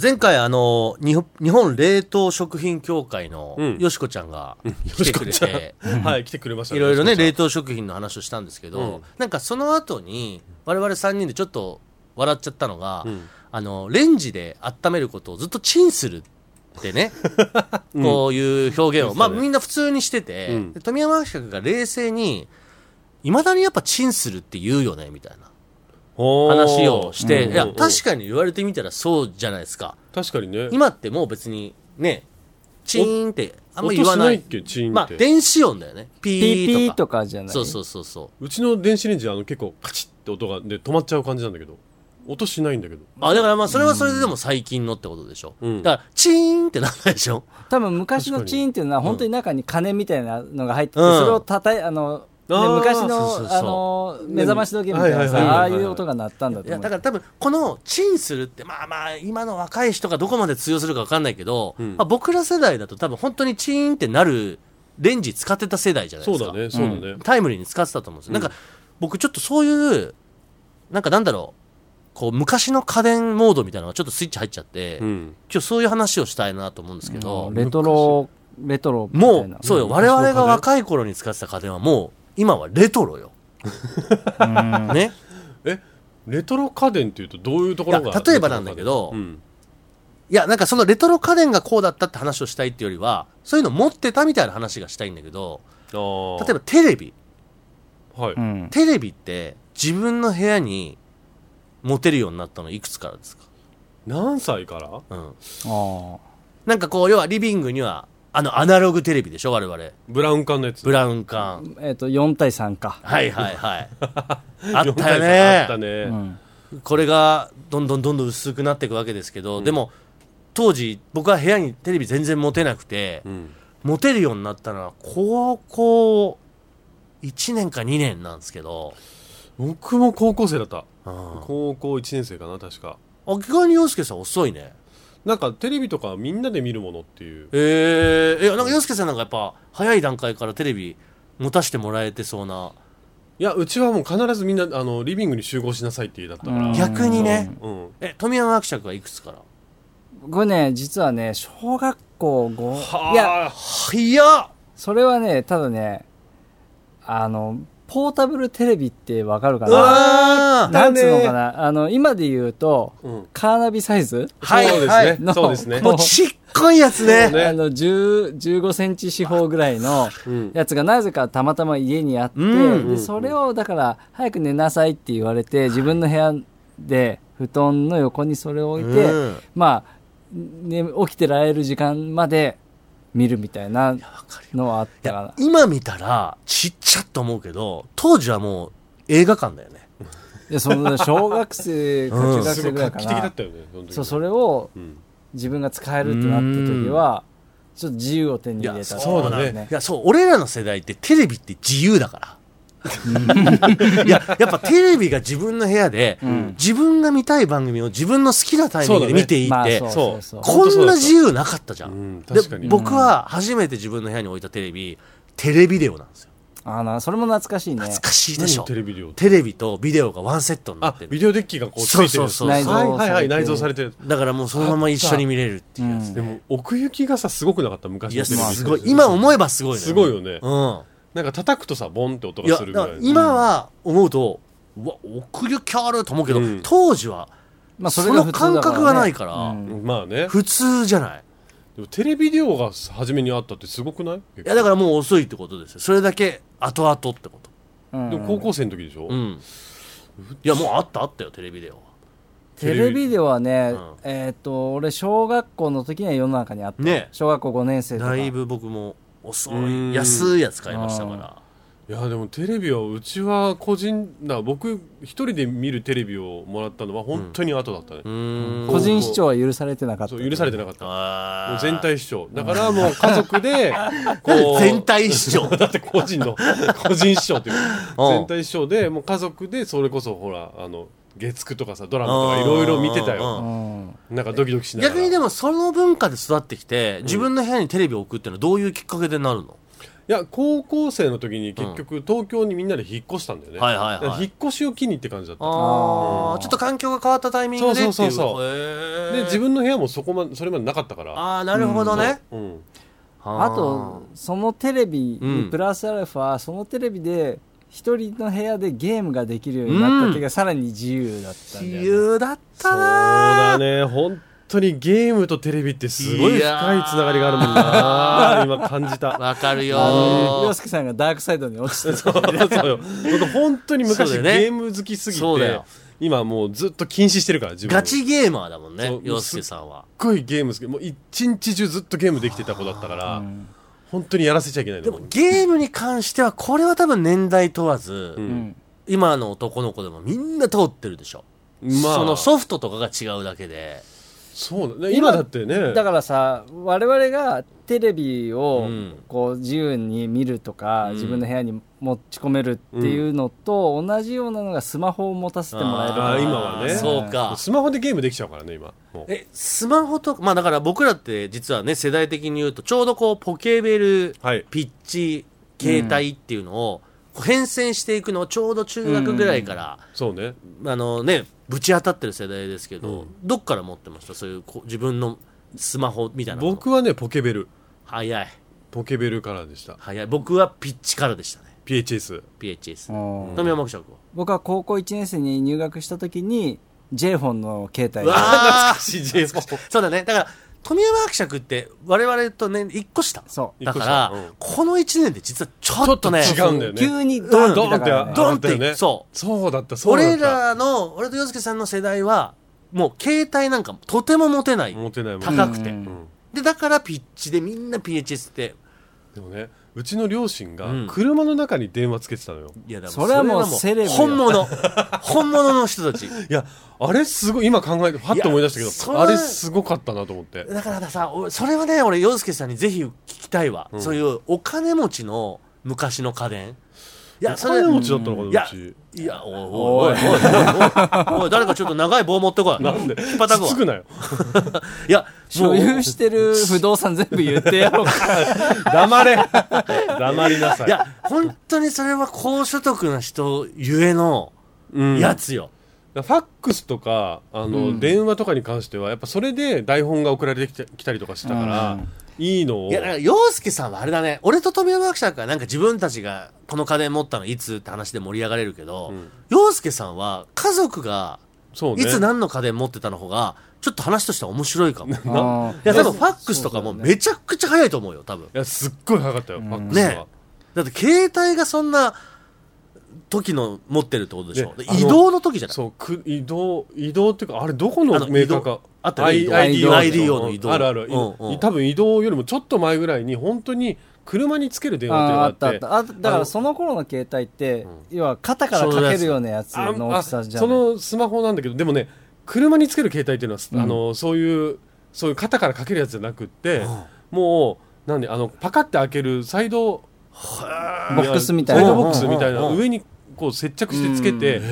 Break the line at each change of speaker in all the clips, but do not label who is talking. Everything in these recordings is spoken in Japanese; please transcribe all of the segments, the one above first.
前回あの日本日本冷凍食品協会の
うん
よしこちゃんが来てくれて、
はい、来てくれまし た
いろいろね冷
凍。
凍食品の話をしたんですけど、
うん
なんかその後に我々3人でちょっと笑っちゃったのが、
ん
あのレンジで温めることをずっとチンするって ねこういう表現を、まあ、みんな普通にしてて、
ん
で富山企画が冷静にいまだにやっぱチンするって言うよねみたいな話
話
をして、いや
うん
確かに言われてみたらそうじゃないですか。
確かにね。
今ってもう別にねチーンってあんま言わない
音しっけ、チーン
まあ
って。
電子音だよねピ
ピーピ
ー
ー
と
と
か
かじゃない
そうそうそうそう
うちの電子レンジあの結構カチッって音がで止まっちゃう感じなんだけど音しないんだけど
あだからまあそれはそれででも最近のってことでしょ、
うん
だからチーンってならないでしょ、
多分昔のチーンっていうのは本当に中に鐘みたいなのが入ってて、
うん
それをたたいあのね
あー
昔の
そうそうそう
あの目覚まし時計みたいな
はいはいはいは
さ
い
ああいう音が鳴ったんだ
い
と
や
思
だ
う
から多分このチンするってまあまあ今の若い人がどこまで通用するか分かんないけど、まあ、僕ら世代だと多分本当にチーンってなるレンジ使ってた世代じゃない
そ
で
う
すか
だねそうだね、
タイムリーに使ってたと思うんですよ、なんか僕ちょっとそういうなんかなんだろうこう昔の家電モードみたいなのがちょっとスイッチ入っちゃって、
うん
今日そういう話をしたいなと思うんですけど、
うんレトロレトロみた
も
いうな、
そうよ、我々が若い頃に使ってた家電はもう、今はレトロ よ。ね。
えレトロ家電っていうとどういうとこ
いや
ろが
例えばなんだけど、
うん
いや、なんかそのレトロ家電がこうだったって話をしたいっていうよりは、そういうの持ってたみたいな話がしたいんだけど、
あー
例えばテレビ。
はい、
うん
テレビって自分の部屋に持てるようになったのいくつからですか
何歳から
うん。
あ
なんかこう、要はリビングには、あのアナログテレビでしょ、我々。
ブラウン管のやつ
ブラウン管。
ーえっと4対3か
はいはいはい。あ
四
った
対
よ
三
ね。
あったね、
うん
これがどんどんどんどん薄くなっていくわけですけど、でも当時僕は部屋にテレビ全然持てなくて、
うん
持てるようになったのは高校1年か2年なんですけど、
僕も高校生だった
うん、あ
高校1年生かな確か
秋川に洋介さん遅いね
なんかテレビとかみんなで見るものっていう
ええいやなんか洋介さんなんかやっぱ早い段階からテレビ持たせてもらえてそうない
やうちはもう必ずみんなあのリビングに集合しなさいって家だったから
うん
逆にね
うん
え富山伯爵はいくつから
僕ね実はね小学校5
はい
や
早っ
それはねただねあのポータブルテレビってわかるかな
あ
なんつうのかなあの今で言うと
うん
カーナビサイズ
はい
そうですね、
はい
の
そうですね
もうちっこいやつね
ね
あの10 15センチ四方ぐらいの
うん
やつがなぜかたまたま家にあって、
うん
でそれをだから早く寝なさいって言われて自分の部屋で布団の横にそれを置いて、
うん
まあ、ね、起きてられる時間まで見るみたいなのはあっ
い
た
や
かな
今見たらちっちゃっと思うけど当時はもう映画館だよね
いやその小学生か中学
すご
生
い
ぐら
画
いか
期的だ
な
っ、たよねその時
そうそれを
うん
自分が使えるってなった時はちょっと自由を手に入れたってい
いや
のが
そうだね
いやそう俺らの世代ってテレビって自由だ からいややっぱテレビが自分の部屋で、自分が見たい番組を自分の好きなタイミングで見ていいって、
まあそ
そ
うそううそう
こんな自由なかったじゃん、
うん
で
確かに
僕は初めて自分の部屋に置いたテレビテレビデオなんですよ
あなそれも懐かしいね
懐かしいでしょ
何テレビデオって
テレビとビデオがワンセットになっ
あ
てる
ビデオデッキがこうついてる
そうそうそう
内蔵
はいはいはい内
されてる
蔵されてる
だからもうそのまま一緒に見れるっていうやつ
でも奥行きがさすごくなかった昔
い
の
や、
テレビ
すごい。今思えばすごいの
すごいよね
うん。
なんか叩くとさボンって音
いや、
がする
だ
ぐら
から
い
今は思うと、うわ、奥行きあると思うけど、
うん
当時は、
まあ
そ
それ
の
が普通だからね
感覚がないから、
うん
まあね
普通じゃない。
でもテレビデオが初めにあったってすごくない
いや、だからもう遅いってことですよ。それだけ後々ってこと。
うん
でも高校生の時でしょ
うん。いや、もうあったあったよ、テレビデオは。
テレビではね、
うん
えっ、と、俺、小学校の時には世の中にあった。
ね
小学校5年生とか。
だいぶ僕も遅
う
い。
ん
安いやつ買いましたから。
いやでもテレビはうちは個人な僕一人で見るテレビをもらったのは本当に後だったね、
うーん
個人視聴は許されてなかっ
そ
た、
う許されてなかったも
あ
う
ー
全体視聴だからもう家族でこ う
全体視聴
だって個人の個人視聴っていう
うん
全体視聴でもう家族でそれこそほらあの月9とかさドラマとかいろいろ見てた
うんうんうん
よ
うん
なんかドキドキしながら
逆にでもその文化で育ってきて自分の部屋にテレビを置くっていうのはどういうきっかけでなるの、
いや高校生の時に結局東京にみんなで引っ越したんだよね、
はいはいはい
引っ越しを機にって感じだった
あ
う
あ
ん
ちょっと環境が変わったタイミングでっていう
そうそうそうそう
へー
で自分の部屋もそこまそれまでなかったから
ああなるほどね、
うん
あとそのテレビ
うん
にプラスアルファ、そのテレビで一人の部屋でゲームができるようになった時がさらに自由だったんだよ、ね
自由だっ
そ
た
う
な
だね本当にゲームとテレビってすごい深いつながりがあるもんな 今感じた
わかるよ
あの
ー
洋介さんがダークサイドに落ちて
そうそうよ僕本当に昔、
そうだよね
ゲーム好きすぎ
そうだ
て
よ
今もうずっと禁止してるから自分
ガチゲーマーだもん
そ
ね
う
洋介さんは
すっごいゲーム好きもう一日中ずっとゲームできてた子だったから、本当にやらせちゃいけない
で
の
もゲームに関してはこれは多分年代問わず、
う
うんん
今の男の子でもみんな通ってるでしょ、
まあ
そのソフトとかが違うだけで
そうだね今だってね
だからさ我々がテレビを
うん
こう自由に見るとか、
うん
自分の部屋に持ち込めるっていうのと同じようなのがスマホを持たせてもらえる
あー今はね
そうか
スマホでゲームできちゃうからね今もう
えスマホとかまあだから僕らって実はね世代的に言うとちょうどこうポケベル、
はい
ピッチ携帯っていうのをこう変遷していくのをちょうど中学ぐらいから、
そうね
あのねぶち当たってる世代ですけど、どっから持ってましたそういうこう自分のスマホみたいなの
僕はねポケベル
早い
ポケベルからでした
早い僕はピッチからでしたね
PHS
PHS、
うん
富山伯爵は
僕は高校1年生に入学した時に J フォンの携帯
う わー
CJ スポ
そうだねだから富山伯爵って我々とね一個下
そう
だから、
一個下うん
この1年で実はちょっとね
ちょっと違うんだよね
急にドンって
ドン
だ
っ
か
て
ら、
あ
ね、
ドンっ
あったよ
て
ね
そう
そうだったそうだ
俺
った
らの俺と洋介さんの世代はもう携帯なんかとても持てない
持てないもん
高くて、
うん
うん
でだからピッチでみんな PHS って
でもねうちの両親が
うん
車の中に電話つけてたのよ
いやだから
それはもうセレブよ
本物 本物の人たち
いやあれすごい今考えてパッと思い出
いや
した
そ
け
れ
どあれすごかったなと思って
だからさおそれはね俺洋介さんにぜひ聞きたいわ、そういうお金持ちの昔の家電いや
お
それ
金持ちだったのか
い
な
や
うち
いやおいおいおいおいおいおいおい誰かちょっと長い棒持ってこい
なんで
引っ叩くわ
つつく なよ
いやも
所
う
有してる不動産全部言ってやろうか
黙れ黙りなさい
いや、本当にそれは高所得な人ゆえの
うん
やつよ。
だからファックスとかあの、
うん
電話とかに関してはやっぱそれで台本が送られてきてきたりとかしてたから、
うん
いいのを
いや、だから、洋介さんはあれだね。俺と富山学者がなんか自分たちがこの家電持ったのいつって話で盛り上がれるけど、
ん
洋介さんは家族が
そうね
いつ何の家電持ってたの方が、ちょっと話としては面白いかも。い
あー
や、多分ファックスとかもめちゃくちゃ早いと思うよ、多分。
いやすっごい早かったよ、ファックスは、
ねだって携帯がそんな時の持ってるってことでしょ。で
ね
移動の時じゃない
そうく移動移動っていうかあれどこ
あ
の
の
メーカ
移
ーか
動あったよね
I-
移動
IDO だった
IDO の移動
あるある、
うんうん
多分移動よりもちょっと前ぐらいに本当に車につける電話っていうの
あ
が
あ
あ
っ
ったて
あったあだからその頃の携帯って、要は肩からかけるようなやつ
あ
の大きさじ
あ
ゃ
そ
ない
のスマホなんだけどでもね車につける携帯っていうのは、あのそういうそういう肩からかけるやつじゃなくって、もうなんであのパカって開けるサイド
ボックスみたい
サイ
な
ドボックスみたいな
うんうんうん
上にこう接着してつけて、で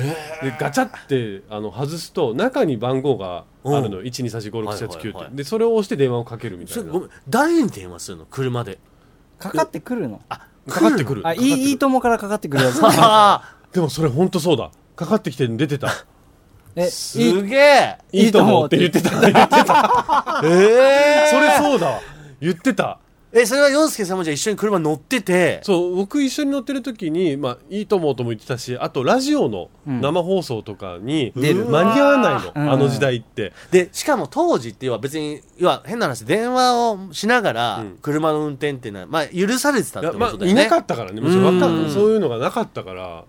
ガチャってあの外すと中に番号があるの、1 2 3 4 5 6 7 8 9って、
はいはいはい
でそれを押して電話をかけるみた
そ
い
れ
な
ごめん、誰に電話するの車で。
かかってくるの
あ、
かかってくる
あいいいいともからかかってくるやつ
あ
でもそれ本当そうだかかってきて出てた
ー
えいい
すげえ
いいと思うって言ってた 言ってた
え
それ
う
そうだわ言ってた
え、それは洋介さんもじゃあ一緒に車乗ってて、
そう僕一緒に乗ってる時に、まあ、いいと思うとも言ってたしあとラジオの生放送とかに、
出る
うわー間に合わないの、
うん
あの時代って、
で、しかも当時って要は別に、要は変な話、電話をしながら
うん
車の運転っていうのは、まあ許されてたって
いや
こ
ま
と
あ、
だよ
い
ね。
なかったからねもちろんわか
うん
んそういうのがなかったから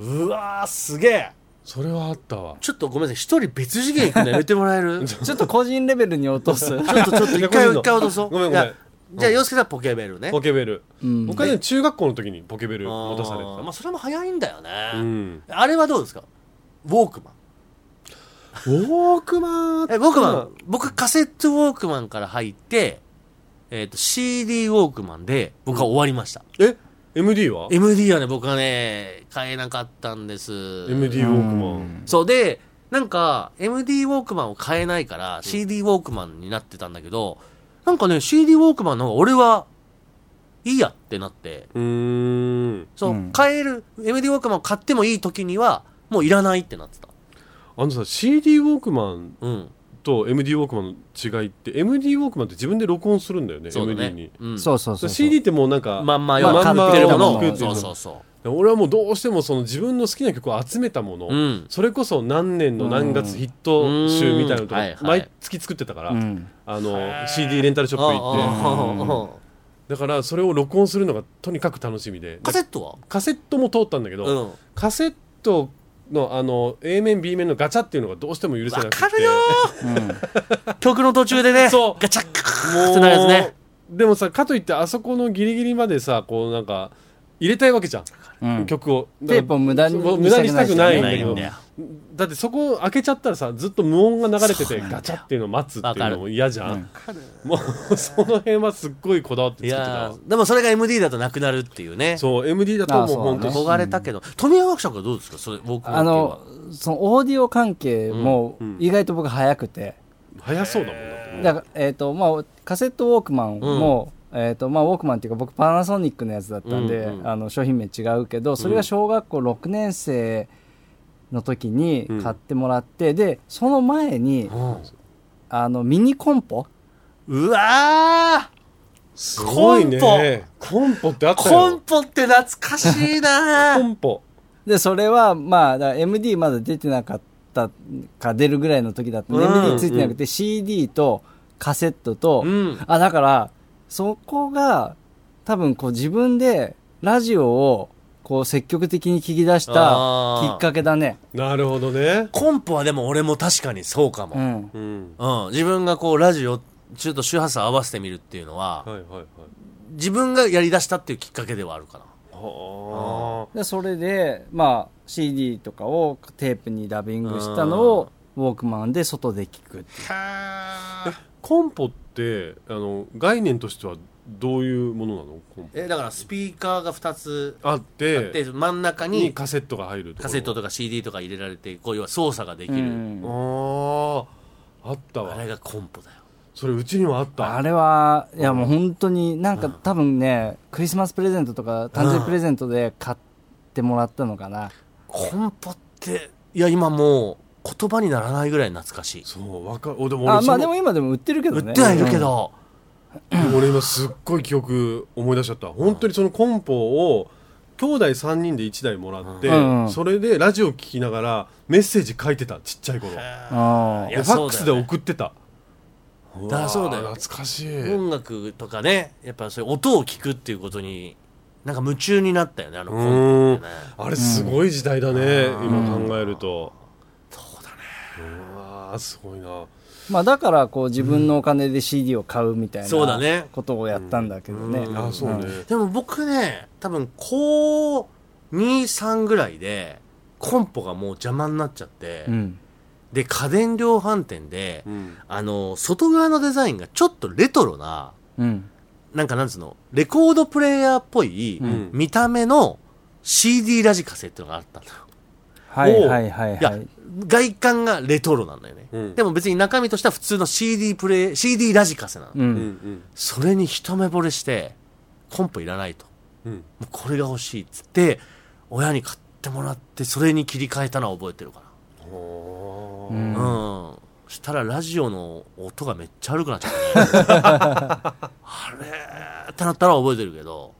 うわー、すげえ
それはあったわ
ちょっとごめんなさい、一人別 次元行くのやめてもらえるちょ
ちょっと個人レベルに落とす
っとちょっと一回
いや
一回落とそう。
ごめんごめ
い
ん
やじゃあ洋介さんポケベルね
ポケベル、
うん
僕はね中学校の時にポケベル
あ
持たされて
ーまあそれも早いんだよね、
た、うん、
あれはどうですかウォークマン
ウォークマン
えウォークマン僕カセットウォークマンから入って、えっと CD ウォークマンで僕は終わりました、
え MD は
MD はね僕はね買えなかったんです
MD ウォークマン
そうでなんか MD ウォークマンを買えないから CD ウォークマンになってたんだけどなんかね CD ウォークマンの方が俺はいいやってなって
うーん
そう、
うん
買える MD ウォークマンを買ってもいい時にはもういらないってなってた
あのさ CD ウォークマン
うん
と MD ウォークマンの違いって MD ウォークマンって自分で録音するんだよね
そうだ
MD
ね
に、
うん、
そうそうそうそう
CD ってもうなんか
まんま要は
まんま
買ってるものを
買ってるものを
そうそうそ
俺はもうどうしてもその自分の好きな曲を集めたもの、
ううん
それこそ何年の何月ヒット集みたいなのと
うんはい
か
はい
毎月作ってたから、
うん
あの CD レンタルショップ行って
行っ
だからそれを録音するのがとにかく楽しみで
カセットは
カセットも通ったんだけど、
うん
カセットのあの A 面 B 面のガチャっていうのがどうしても許せなくて
わかるよ曲の途中でね
そう
ガチャッカー
も
っ
う
てなるやつね
でもさかといってあそこのギリギリまでさこうなんか入れたいわけじゃん、
うん
曲をだから
テープを無駄に
そう無駄にしたくないんだけ
な
ど
いんだよ
だってそこ開けちゃったらさずっと無音が流れて
そう
て
なんだよ
ガチャっていうのを待つっていうのも嫌じゃん
わ
もうその辺はすっごいこだわって
い
作って
や
た
ーでもそれが MD だとなくなるっていうね
そう MD だともう
ああ
本当
そうだ
憧
ね
れたけど富山学者はどうですかそれ僕
あのそのオーディオ関係も
うんうん
意外と僕早くて、
早そうだもんな
だからえっ、とまあカセットウォークマンも、えっ、とまあウォークマンっていうか僕パナソニックのやつだったんで、
うんうん
あの商品名違うけどそれが小学校6年生の時に買ってもらって、でその前に、あのミニコンポ
うわー
すごいねコンポってあった
コン
よ
ポって懐かしいな
コ
ー
ンポ
でそれはまあだから MD まだ出てなかったか出るぐらいの時だった、
うん
MD ついてなくて CD とカセットと、
うん
あだからそこが多分こう自分でラジオをこう積極的に聞き出したき
あー
っかけだね、
なるほどね
コンポはでも俺も確かにそうかも、
うん、
うん
うん、自分がこうラジオちょっと周波数合わせてみるっていうのは、
はいはいはい
自分がやりだしたっていうきっかけではあるかな
は
でそれで、まあ、CD とかをテープにダビングしたのをウォークマンで外で聞くっていう
あコンポってあの概念としてはどういうものなのコンポ
えだからスピーカーが2つ
あっ
あって
て
真ん中
に
に
カセットが入る
カセット
と
とか CD とか入れられてこう要は操作ができる、
うん
あああった
あ
わ
れがコンポだよ
それうちにはあった
あれは、いやもう本当に、なんか多分ね、クリスマスプレゼントとか、誕生日プレゼントで買ってもらったのかな。
コンポっていや今もう言葉にならないぐらい懐かしい
そうわかるおでも俺
あ、
そ
ま
の
あでも今でも売ってるけど
売っ
ね。
てはいるけど、
でも俺今すっごい記憶思い出しちゃった本当にそのコンポを兄弟3人で1台もらって、
うん
それでラジオ聞きながらメッセージ書いてたちっちゃい頃で
うん。あ
い
あ
や
ファック
そ
ス
う
で
だよね
送ってた
だからそうだよ
わー懐かしい、
音楽とかねやっぱそういう音を聞くっていうことになんか夢中になったよねあのコンポってね
あれすごい時代だね、今考えるとそうだねうわーすごいな
まあだから、こう自分のお金で CD を買うみたい
そうだ
な
ね
ことをやったんだけどね。
うん
あーそうね、
でも僕ね、多分、高23ぐらいで、コンポがもう邪魔になっちゃって、
うん。
で、家電量販店で、
うん
あの、外側のデザインがちょっとレトロな、
うん。
なんかなんつうの、レコードプレイヤーっぽい
ん
見た目の CD ラジカセっていうのがあったのよ。
はいはいは
い
い
や
は、い。
外観がレトロなんだよね。
うん
でも別に中身としては普通の CD プレイ、CD ラジカセなの。
う。
うんん
それに一目惚れして、コンポいらないと。
うんうん
もうこれが欲しいっつって親に買ってもらってそれに切り替えたのは覚えてるか
おー
う
なうんん、したらラジオの音がめっちゃ悪くなっちゃったあれーってなったのは覚えてるけど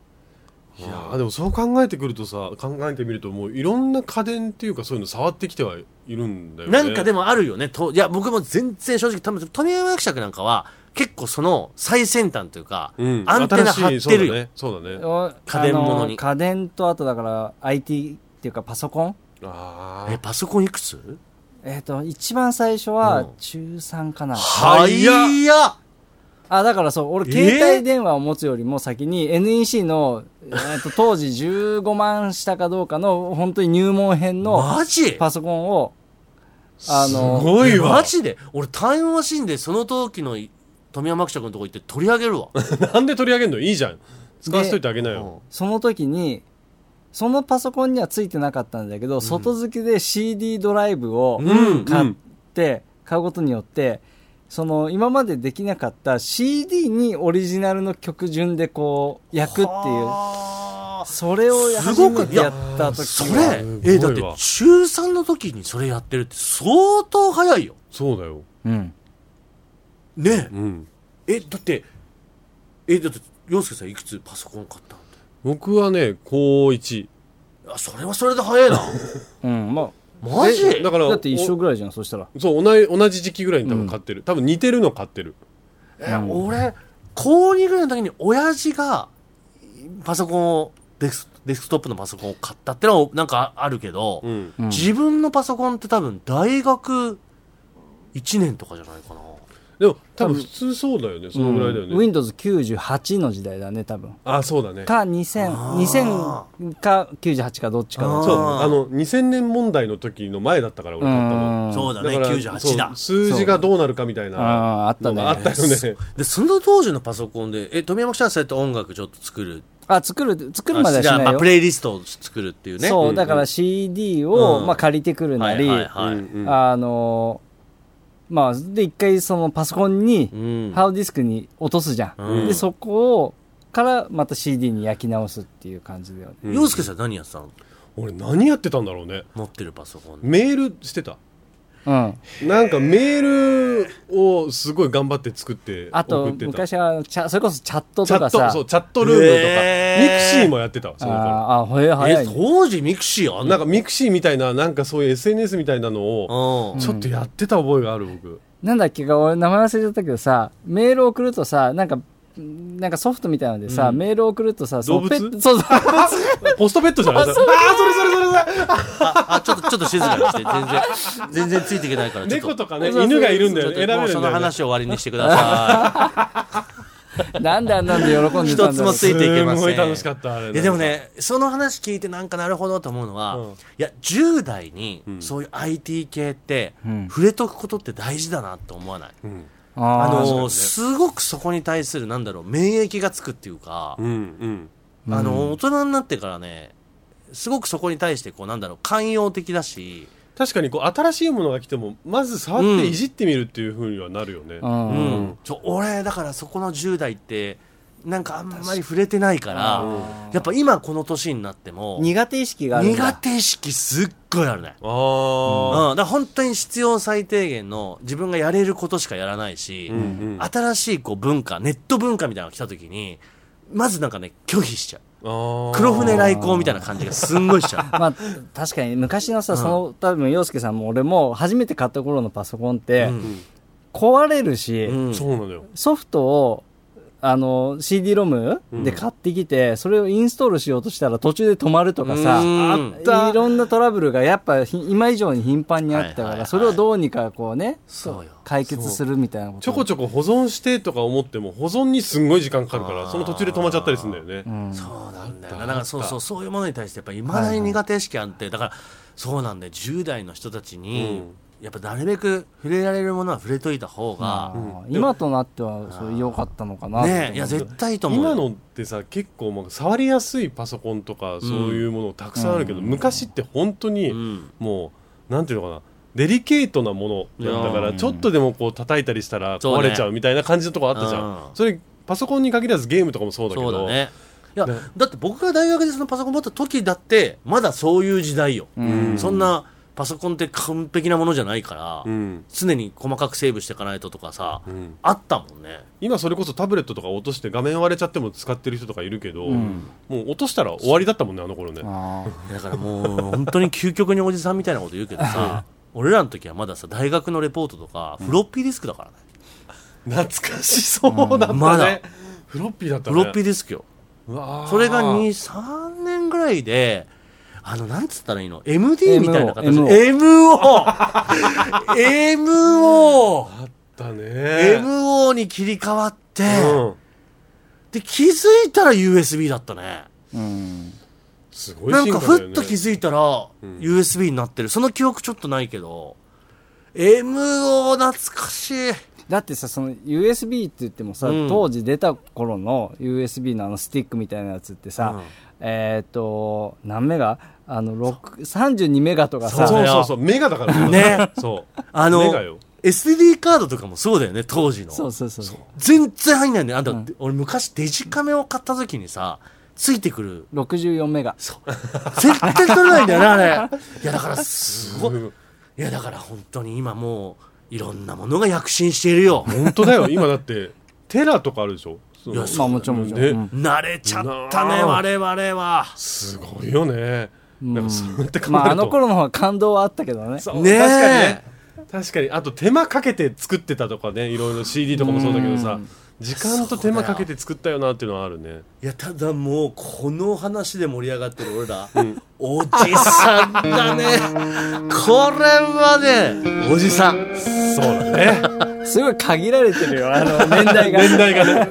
いやーでもそう考えてくるとさ考えてみるともういろんな家電っていうかそういうの触ってきてはいるんだよね
なんかでもあるよねといや僕も全然正直多分富山伯爵なんかは結構その最先端というか、
うん、
アンテナ張ってるよ、
新しいそうだねそうだね
お
家電物に
あの家電とあとだから IT っていうかパソコン
あ
え
ー
パソコンいくつ
えっと、一番最初
う
は
ん
中3かな。
早っ
あだからそう俺
えー
携帯電話を持つよりも先に NEC の、えーと 当時15万したかどうかの本当に入門編の
マジ
パソコンをあ
す
の
ごいわ
マジで俺タイムマシンでその時の富山記者君のとこ行って取り上げるわ。
なんで取り上げんのいいじゃん使わせといてあげなよ
その時にそのパソコンにはついてなかったんだけど、外付けで CD ドライブを
うん
買っ
ん
て、買うことによってその今までできなかった CD にオリジナルの曲順でこう焼くっていう
はあ
それを
す
初
ごく
めてやった時
そ
は
れ
すごいわ
えだって中3の時にそれやってるって相当早いよ
そうだよ
うん
ね
うん
ええだってえだって洋介さんいくつパソコン買ったん
僕はね高1
だあそれはそれで早いな
うんまあ
マジ
えだから
だって一緒ぐらいじゃんそしたら
おそう同じ同じ時期ぐらいに多分買ってる多分似てるの買ってる
え俺高2ぐらいの時に親父がパソコンをデスデスクトップのパソコンを買ったってのはなんかあるけど、
うん
うん
自分のパソコンって多分大学1年とかじゃないかな
でも多分普通そうだよねそのぐらいだよね、
Windows98 の時代だね多分
あそうだね
か2000
あ
2000か98かどっちかだ
あー
そうあの2000年問題の時の前だったから俺買ったの
ん
そうだね
から
98だ
そう数字がどうなるかみたい
あーあ
な
った
の
ね
があったよね
でその当時のパソコンでえ富山記者はそうやって音楽ちょっと作る
あ作る作るまではし
じゃあ
ない
まあ
よ
プレイリストを作るっていうね
そう、
うん
だから CD を、
うん
まあ、借りてくるなり、
はいはいはい
うんうん
あのーまあで一回そのパソコンに、
うん
ハードディスクに落とすじゃん、
うん
でそこをからまた CD に焼き直すっていう感じだよね、
うん
洋介さん何やってたの
俺何やってたんだろうね
持ってるパソコンで
メールしてた
うん、
なんかメールをすごい頑張って作って
あと
送ってた
昔はチャそれこそチャット
チ
と
ャ
か
ッ
さ
トそうチャットルームとか、
へー
ミクシーもやってたわその頃
あーあへえ早
え
いね
当時ミクシーあん
なん
の
かミクシーみたいななんかそういう SNS みたいなのを
うん
ちょっとやってた覚えがある僕
なんだっけか俺名前忘れちゃったけどさメール送るとさなんかんなんかソフトみたいなのでさ、メール送るとさその
動物
ペットそうそう
ポストペットじゃないですかああそれそれそれそれ
ああちょっとちょっと静かにして全然全然ついていけないからちょっ
猫とかね
そうそう
犬がいるんだ
ち
よ
ょっ
ね選べ
と
るんだ
もうその
よね
話を終わりにしてくださ
なんであんなんで喜んで
い
たんだろ
一
う
つもついていけません
すごい楽しかったあれ
いやでもねその話聞いてなんかなるほどと思うのは、
うん
いや10代に
ん
そういう IT 系って
うん
触れとくことって大事だなって思わない、
うん
あ
あ
ー
のすごくそこに対するなんだろう免疫がつくっていうか、
うん
あの大人になってからねすごくそこに対してこうなんだろう寛容的だし、
確かにこう新しいものが来てもまず触っていじってみるっていうふうにはなるよね、
うん
うんちょ俺だからそこの10代ってなんかあんまり触れてないから、やっぱ今この年になっても
苦手意識があるん
苦
だ
手意識すっごいあるね
ああ、
うん、だから本当に必要最低限の自分がやれることしかやらないし、
うんうん
新しいこう文化ネット文化みたいなのが来た時にまずなんかね拒否しちゃう
あ
黒船来航みたいな感じがすんごいしちゃう
まあ確かに昔のさ、その多分洋介さんも俺も初めて買った頃のパソコンって、
うん
壊れるし、
うん
そうなのよ
ソフトをあの CD ロムで買ってきて、それをインストールしようとしたら途中で止まるとかさ、
うん
いろんなトラブルがやっぱひ今以上に頻繁にあったから、
はいはいはい
それをどうにかこうね
そうよ
解決するみたいなこと
ちょこちょこ保存してとか思っても保存にすんごい時間かかるか
あ
ら
ー
その途中で止まっちゃったりするんだよね、
うん
そうなんだよなだからそうそうそういうものに対してやっぱいまだに苦手意識あって、だからそうなんだよ10代の人たちに、やっぱなるべく触れられるものは触れといた方が、
あー今となってはそれ良かったのかな
ねいや絶対いいと思うよ
今のってさ結構もう触りやすいパソコンとかそういうものたくさんあるけど、昔って本当に
ん
もうなんていうのかなデリケートなものだか
う
ら
ん
ちょっとでもこう叩いたりしたら
そう
壊
ね
れちゃうみたいな感じのとこあったじゃん
うん
それパソコンに限らずゲームとかもそうだけ
そうだ
ど
ねいや
ね
だって僕が大学でそのパソコン持った時だってまだそういう時代よ、
ん
そんなパソコンって完璧なものじゃないから、
うん
常に細かくセーブしていかないととかさ、
ん
あったもんね
今それこそタブレットとか落として画面割れちゃっても使ってる人とかいるけど、もう落としたら終わりだったもんねあの頃ね
あー
だからもう本当に究極におじさんみたいなこと言うけどさ俺らの時はまださ大学のレポートとかフロッピーディスクだからね、
懐かしそうだったね、
まだ
フロッピーだった
フ
ね
ロッピーディスクよ
うわー
それが23年ぐらいであのなんつったらいいの MD みたいな形
MO
で MO!MO!
あったね
MO に切り替わっって、で気づいたら USB だったね
うん
すごい
なん
進化
か
だよ
ふ
ね
っと気づいたら USB になってるその記憶ちょっとないけど MO 懐かしい
だってさその USB って言ってもさ、
うん
当時出た頃の USB のあのスティックみたいなやつってさ、えっ、と何メガあの6 32メガとか
そ
さ
う
だ
そ
よ
うそうそうメガだから
ね
そう
あ
メ
の
ガよ
SD カードとかもそうだよね当時の
そうそうそうそう
全然入んないんだよあんた、
うん
俺昔デジカメを買った時にさついてくる
64メガ
絶対取れないんだよねあれ いやだからすごい
うん
いやだから本当に今もういろんなものが躍進しているよ
本当だよ今だってテラとかあるでしょその
いやそう
まあもちろんもちろん、
ね
うん
慣れちゃったね
なあ
我々は
すごいよねなんかそうやって考えると
まああの頃の方が感動はあったけどね
そう
ねえ
確かにね確かにあと手間かけて作ってたとかねいろいろ CD とかもそうだけど
う
さ
ん
時間と手間かけて作ったよなっていうのはあるね
いやただもうこの話で盛り上がってる俺ら、おじさんだねこれはねおじさん
そうだね
すごい限られてるよあの 年代が
年代がね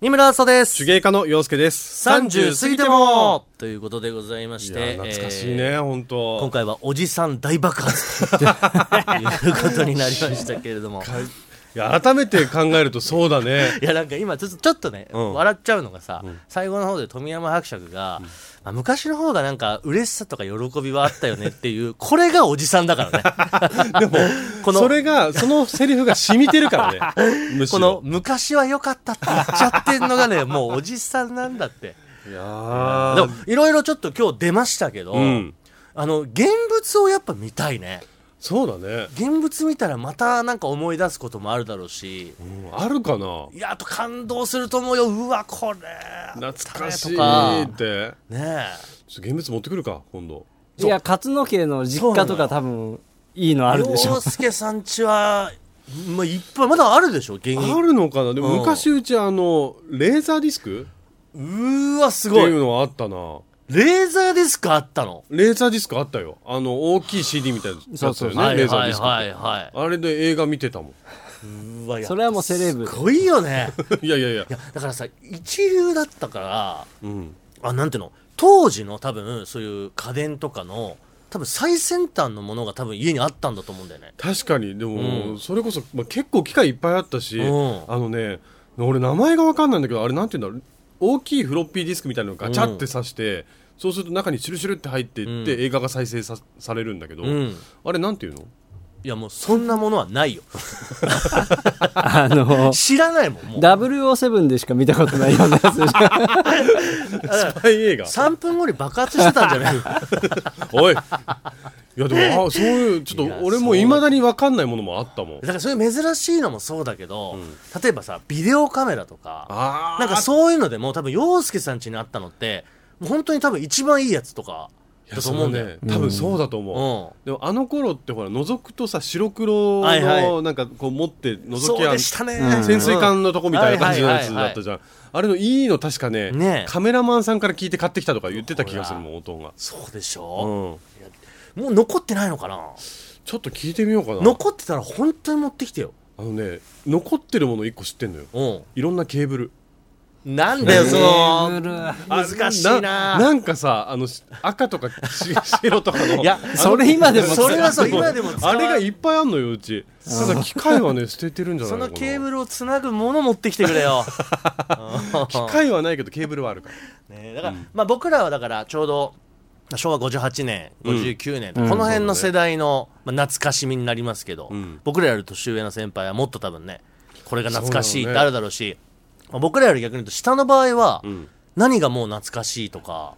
二村麻です
手芸家の洋介です
30過ぎてもということでございまし
い
て
や懐かしいね、
えー
本当
今回はおじさん大爆発ということになりましたけれども
いや改めて考えるとそうだね
いやなんか今ちょっとちょっとね、
うん
笑っちゃうのがさ、最後の方で富山伯爵が、まあ、昔の方がなんか嬉しさとか喜びはあったよねっていう これがおじさんだからね
でも
この
それがそのセリフが染みてるからねむし
この
ろ
昔は良かったって言っちゃってんのが ねもうおじさんなんだって
いやー
でもいろいろちょっと今日出ましたけど、
うん
あの現物をやっぱ見たいね
そうだね、
現物見たらまたなんか思い出すこともあるだろうし
うんあるかない
やあと感動すると思うようわこれ
懐かしい
とか
って
ねえ
ちょっと現物持ってくるか今度
いや勝野家の実家とか多分いいのあるでしょ
洋介さんちは、まあ、いっぱい、まだあるでしょ、現
あ
役。
るのかなで
う
も
ん
昔うちあのレーザーディスク
うーわ、す
って
ご
いう
い。
のはあったな
レーザーディスクあったの。
レーザーディスクあったよあの大きい CD みたいなやつだよね
そうそう
はい
レーザー
は
デ
い
ィスク、
はいは
あれで映画見てたも
い。うわ、や
それはもうセレブ
すごいよね。
ん いやいやいや
いや、だからさ、一流だったから、
うん
あ、なんていうの、当時の多分、そういう家電とかの、多分最先端のものが多分家にあったんだと思うんだよね。
確かにでも、
うん
それこそ、まあ、結構機械いっぱいあったし、
うん
あのね俺名前が分かんないんだけどあれなんていうんだろう大きいフロッピーディスクみたいなのをガチャって挿して、そうすると中にシュルシュルって入っていって、
うん
映画が再生さされるんだけど、
うん。
あれなんてい うの
いや、もうそんなものはないよ。
あの
知らないもん、もう。
007でしか見たことないようなやつでしょ
スパイ映画
3分後に爆発してたんじゃない
おいいやでもあそういうちょっ
いや
と俺もいまだに分かんないものもあっ たもん
だからそういう珍しいのもそうだけど、例えばさビデオカメラとか
あー
なんかそういうのでも多分洋介さん家にあったのってもう本当に多分一番いいやつとか
い
だ
や
と
そ
思
思
う
うん
だ
んだ
よ、
よ、多分そうだと思う、
うん
でもあの頃ってほら覗くとさ白黒
はいは
のなんかこう持って覗
そ
き
う
ゃ
でしたね、
潜水艦のとこみたいな感じのやつ
うんはいはいはいはい
だったじゃんあれのいいの確かね
ねえ
カメラマンさんから聞いて買ってきたとか言ってた気がするもん音が、
そうでし
う
ょ、
ん
もう残ってないのかな
ちょっと聞いてみようかな
残ってたら本当に持ってきてよ、
あのね残ってるもの一個知ってんのよ
う
いろんなケーブル
ん、なんだよその
ルール
難しいな
なんかさあのし赤とか し白とかの
いや
それ今でも
それはそう今でも使わ
あ
ない
れがいっぱいあんのようちただ機械はね捨ててるんじゃな
そ
いの
の
かな
ケーブルをつなぐもの持ってきてくれ よ
機械はないけどケーブルはあるから
ね、だから、まあ、僕らはだからちょうど昭和58年59年、この辺の世代の、まあ、懐かしみになりますけど、
ん
僕らより年上の先輩はもっと多分ねこれが懐かしいっ
そう
て
だろうね
あるだろうしまあ僕らより逆に言うと下の場合は、
ん
何がもう懐かしいとか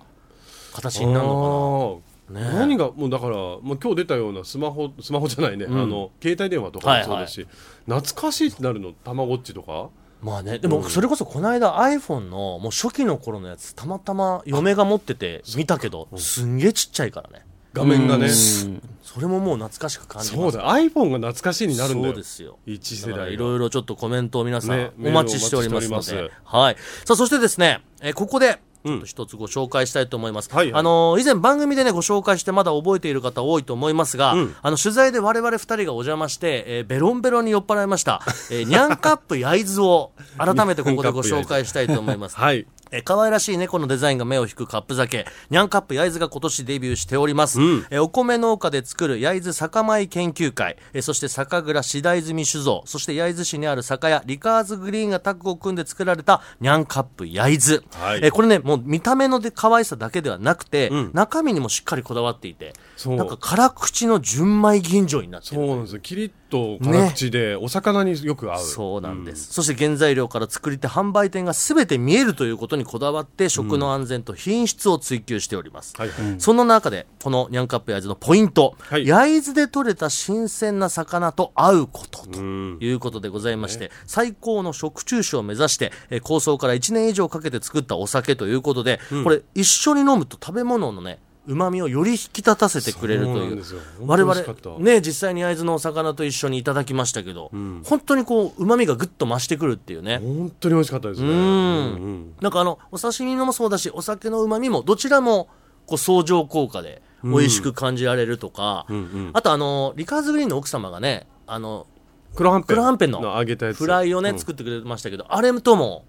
形になるの
あー
ねえ
何がもうだから、まあ、今日出たようなスマホスマホじゃないね、あの携帯電話とかもそうだし、懐かしいってなるのたまごっちとか
かなまあねでもそれこそこの間 iPhone のもう初期の頃のやつたまたま嫁が持ってて見たけどすんげえちっちゃいからね
画面がね
それももう懐かしく感じます
そうだ iPhone が懐かしいになるん
そ
だ
う
よ
ですよ
一世
だから
代
い
が
ろいろちょっとコメントを皆さん
ね
お待ちしておりますの
メールをお待ちしてお
で
り、
はい。さあ、そしてですね、えーここで、ちょっと一つご紹介したいと思います、
はいはい
あのー以前番組でねご紹介してまだ覚えている方多いと思いますが、あの取材で我々二人がお邪魔して、えーベロンベロンに酔っ払いました、えー、ニャンカップ焼津を改めてここでご紹介したいと思います
はい。
えー可愛らしい猫のデザインが目を引くカップ酒、ニャンカップ焼津が今年デビューしております。えーお米農家で作る焼津酒米研究会、えーそして酒蔵四大積み酒造、そして焼津市にある酒屋、リカーズグリーンがタッグを組んで作られたニャンカップ焼津。
はい
えーこれね、もう見た目ので可愛さだけではなくて、中身にもしっかりこだわっていて、
そう
なんか辛口の純米吟醸になって
そ
る
う。なんですよキリッと辛口で、お魚によく合う
そうなんです、そして原材料から作り手販売店が全て見えるということにこだわって食の安全と品質を追求しております、
はいはい
その中でこのニャンカップ焼津のポイント、
はい
焼津で採れた新鮮な魚と合うことということでございまして、最高の食中酒を目指して、えー構想から1年以上かけて作ったお酒ということで、これ一緒に飲むと食べ物のね旨味をより引き立たせてくれると
そうないん
う
ですよ本
我
当に美味しかった
々ね実際に会津のお魚と一緒にいただきましたけど、本当にこううまみがぐっと増してくるっていうね
本当に美味しかったですね
うん
うん
なんかあのお刺身のもそうだしお酒のうまみもどちらもこう相乗効果で美味しく感じられるとか、あとあのリカーズグリーンの奥様がねあの
黒はんぺん
黒はんぺんの
揚げたやつ
フライをね、
うんい
作ってくれましたけどあれとも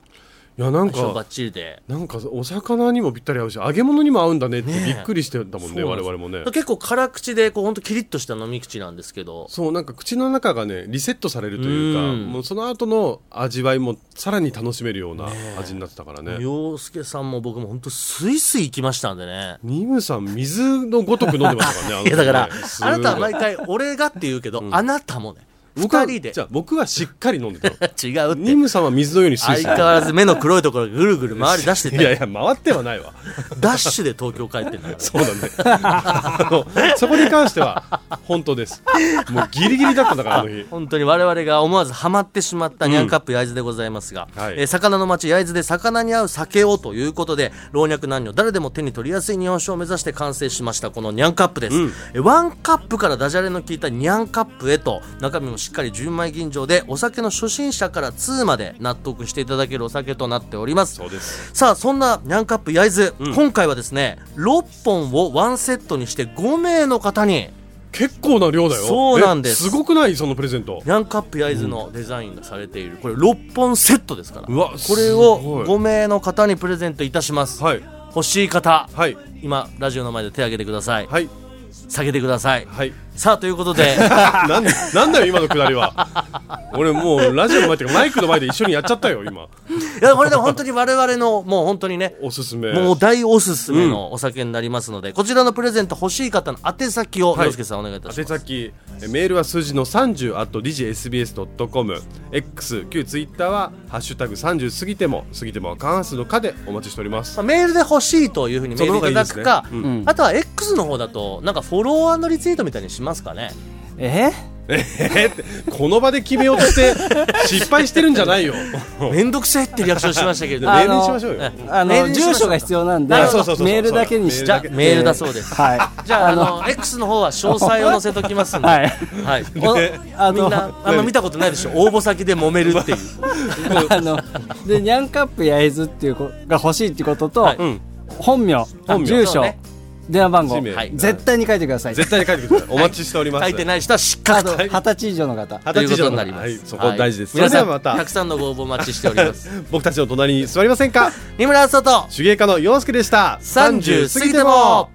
やなん
相性バッ
か
チリで。
なんかお魚にもぴったり合うし揚げ物にも合うんだねって
ねえ
びっくりしてたもん
そう
ね
なん
我
です
々もね
結構辛口でこう本当キリッとした飲み口なんですけど
そうなんか口の中がねリセットされるというか
うん
もうその後の味わいもさらに楽しめるような味になってたからね
洋介さんも僕も本当スイスイ行きましたんでね
ニムさん水のごとく飲んでましたからね
いやだから、
の時ね
あなたは毎回俺がって言うけど、あなたもね、二
僕は
人で
じゃあ僕はしっかり飲んでたの
違うって
ニ。ムさんは水のようにスイスイ
相変わらず目の黒いところがぐるぐる回り出して
いやい
て、
や回ってはないわ
ダッシュで東京帰ってんだから。
そうだねあのそこに関しては本当ですもうギリギリだったんだからあの日
本当に我々が思わずハマってしまったニャンカップ焼津でございますが、
はい
えー魚の町焼津で魚に合う酒をということで老若男女誰でも手に取りやすい日本酒を目指して完成しましたこのニャンカップです、えーワンカップからダジャレの効いたニャンカップへと中身もしっかり純米吟醸でお酒の初心者から2まで納得していただけるお酒となっております
そうです
さあそんなニャンカップ焼津、今回はですね6本をワンセットにして5名の方に
結構な量だよ
そうなんです
えすごくないそのプレゼント
ニャンカップ焼津のデザインがされているこれ6本セットですから
うわ
これを5名の方にプレゼントいたします、
はい
欲しい方
はい
今ラジオの前で手を挙げてください、
はい
下げてくだ さい、
はい
さあということ で
なんなんだよ今のくだりは俺もうラジオの前っていうかマイクの前で一緒にやっちゃったよ今
いやこれでも本当に我々のもう本当にね
おすすめ
もう大おすすめのお酒になりますので、こちらのプレゼント欲しい方の宛先を、
はい
洋介さんお願いいたし
宛
ます
先えメールは数字の30 at digsbs.com X 旧ツイッターは「ハッシュタグ #30 過ぎても過ぎてもは過半数の「か」でお待ちしております
まあメールで欲しいというふうにメールいただくか、
その方
がいいですねうん
あとは X の方だとなんかフォロワーのリツイートみたいにしますかね
え
えってこの場で決めようとして失敗してるんじゃないよ
めんどくせえってリアクションしましたけれども
あ
メー
の
ルにしましょうよ
え
あ
メールに
の
しま
住
しょう
所が必要なんで
なるほど
そうそうそうそう
メールだけにし
じゃあ
て
メールだそうです
はい
じゃあ、あの、X の方は詳細を載せとき ますんで。
はい
はい。お
あ
みん
の
な、あんま見たことないでしょ。応募先で揉める っていう。
あのでニャンカップ焼津っていう子が欲しいってことと、
はい
本名
本名
住
そう
所、
ね
電話番号、
氏名
はい
絶対に書いてください
絶対に書いてくださいお待ちしております
書いてない人は失
あ
格
と
と。
二十歳以上の方
二
とい
十
う
歳以
こと
上の
になります。
はいそこ大事です、
はい
それ
皆
では
さ
ま
ん、た
た
くさんのご応募お待ちしており ます。
僕たちの隣に座りませんか
三村聡と、
手芸家の洋介でした
30過ぎても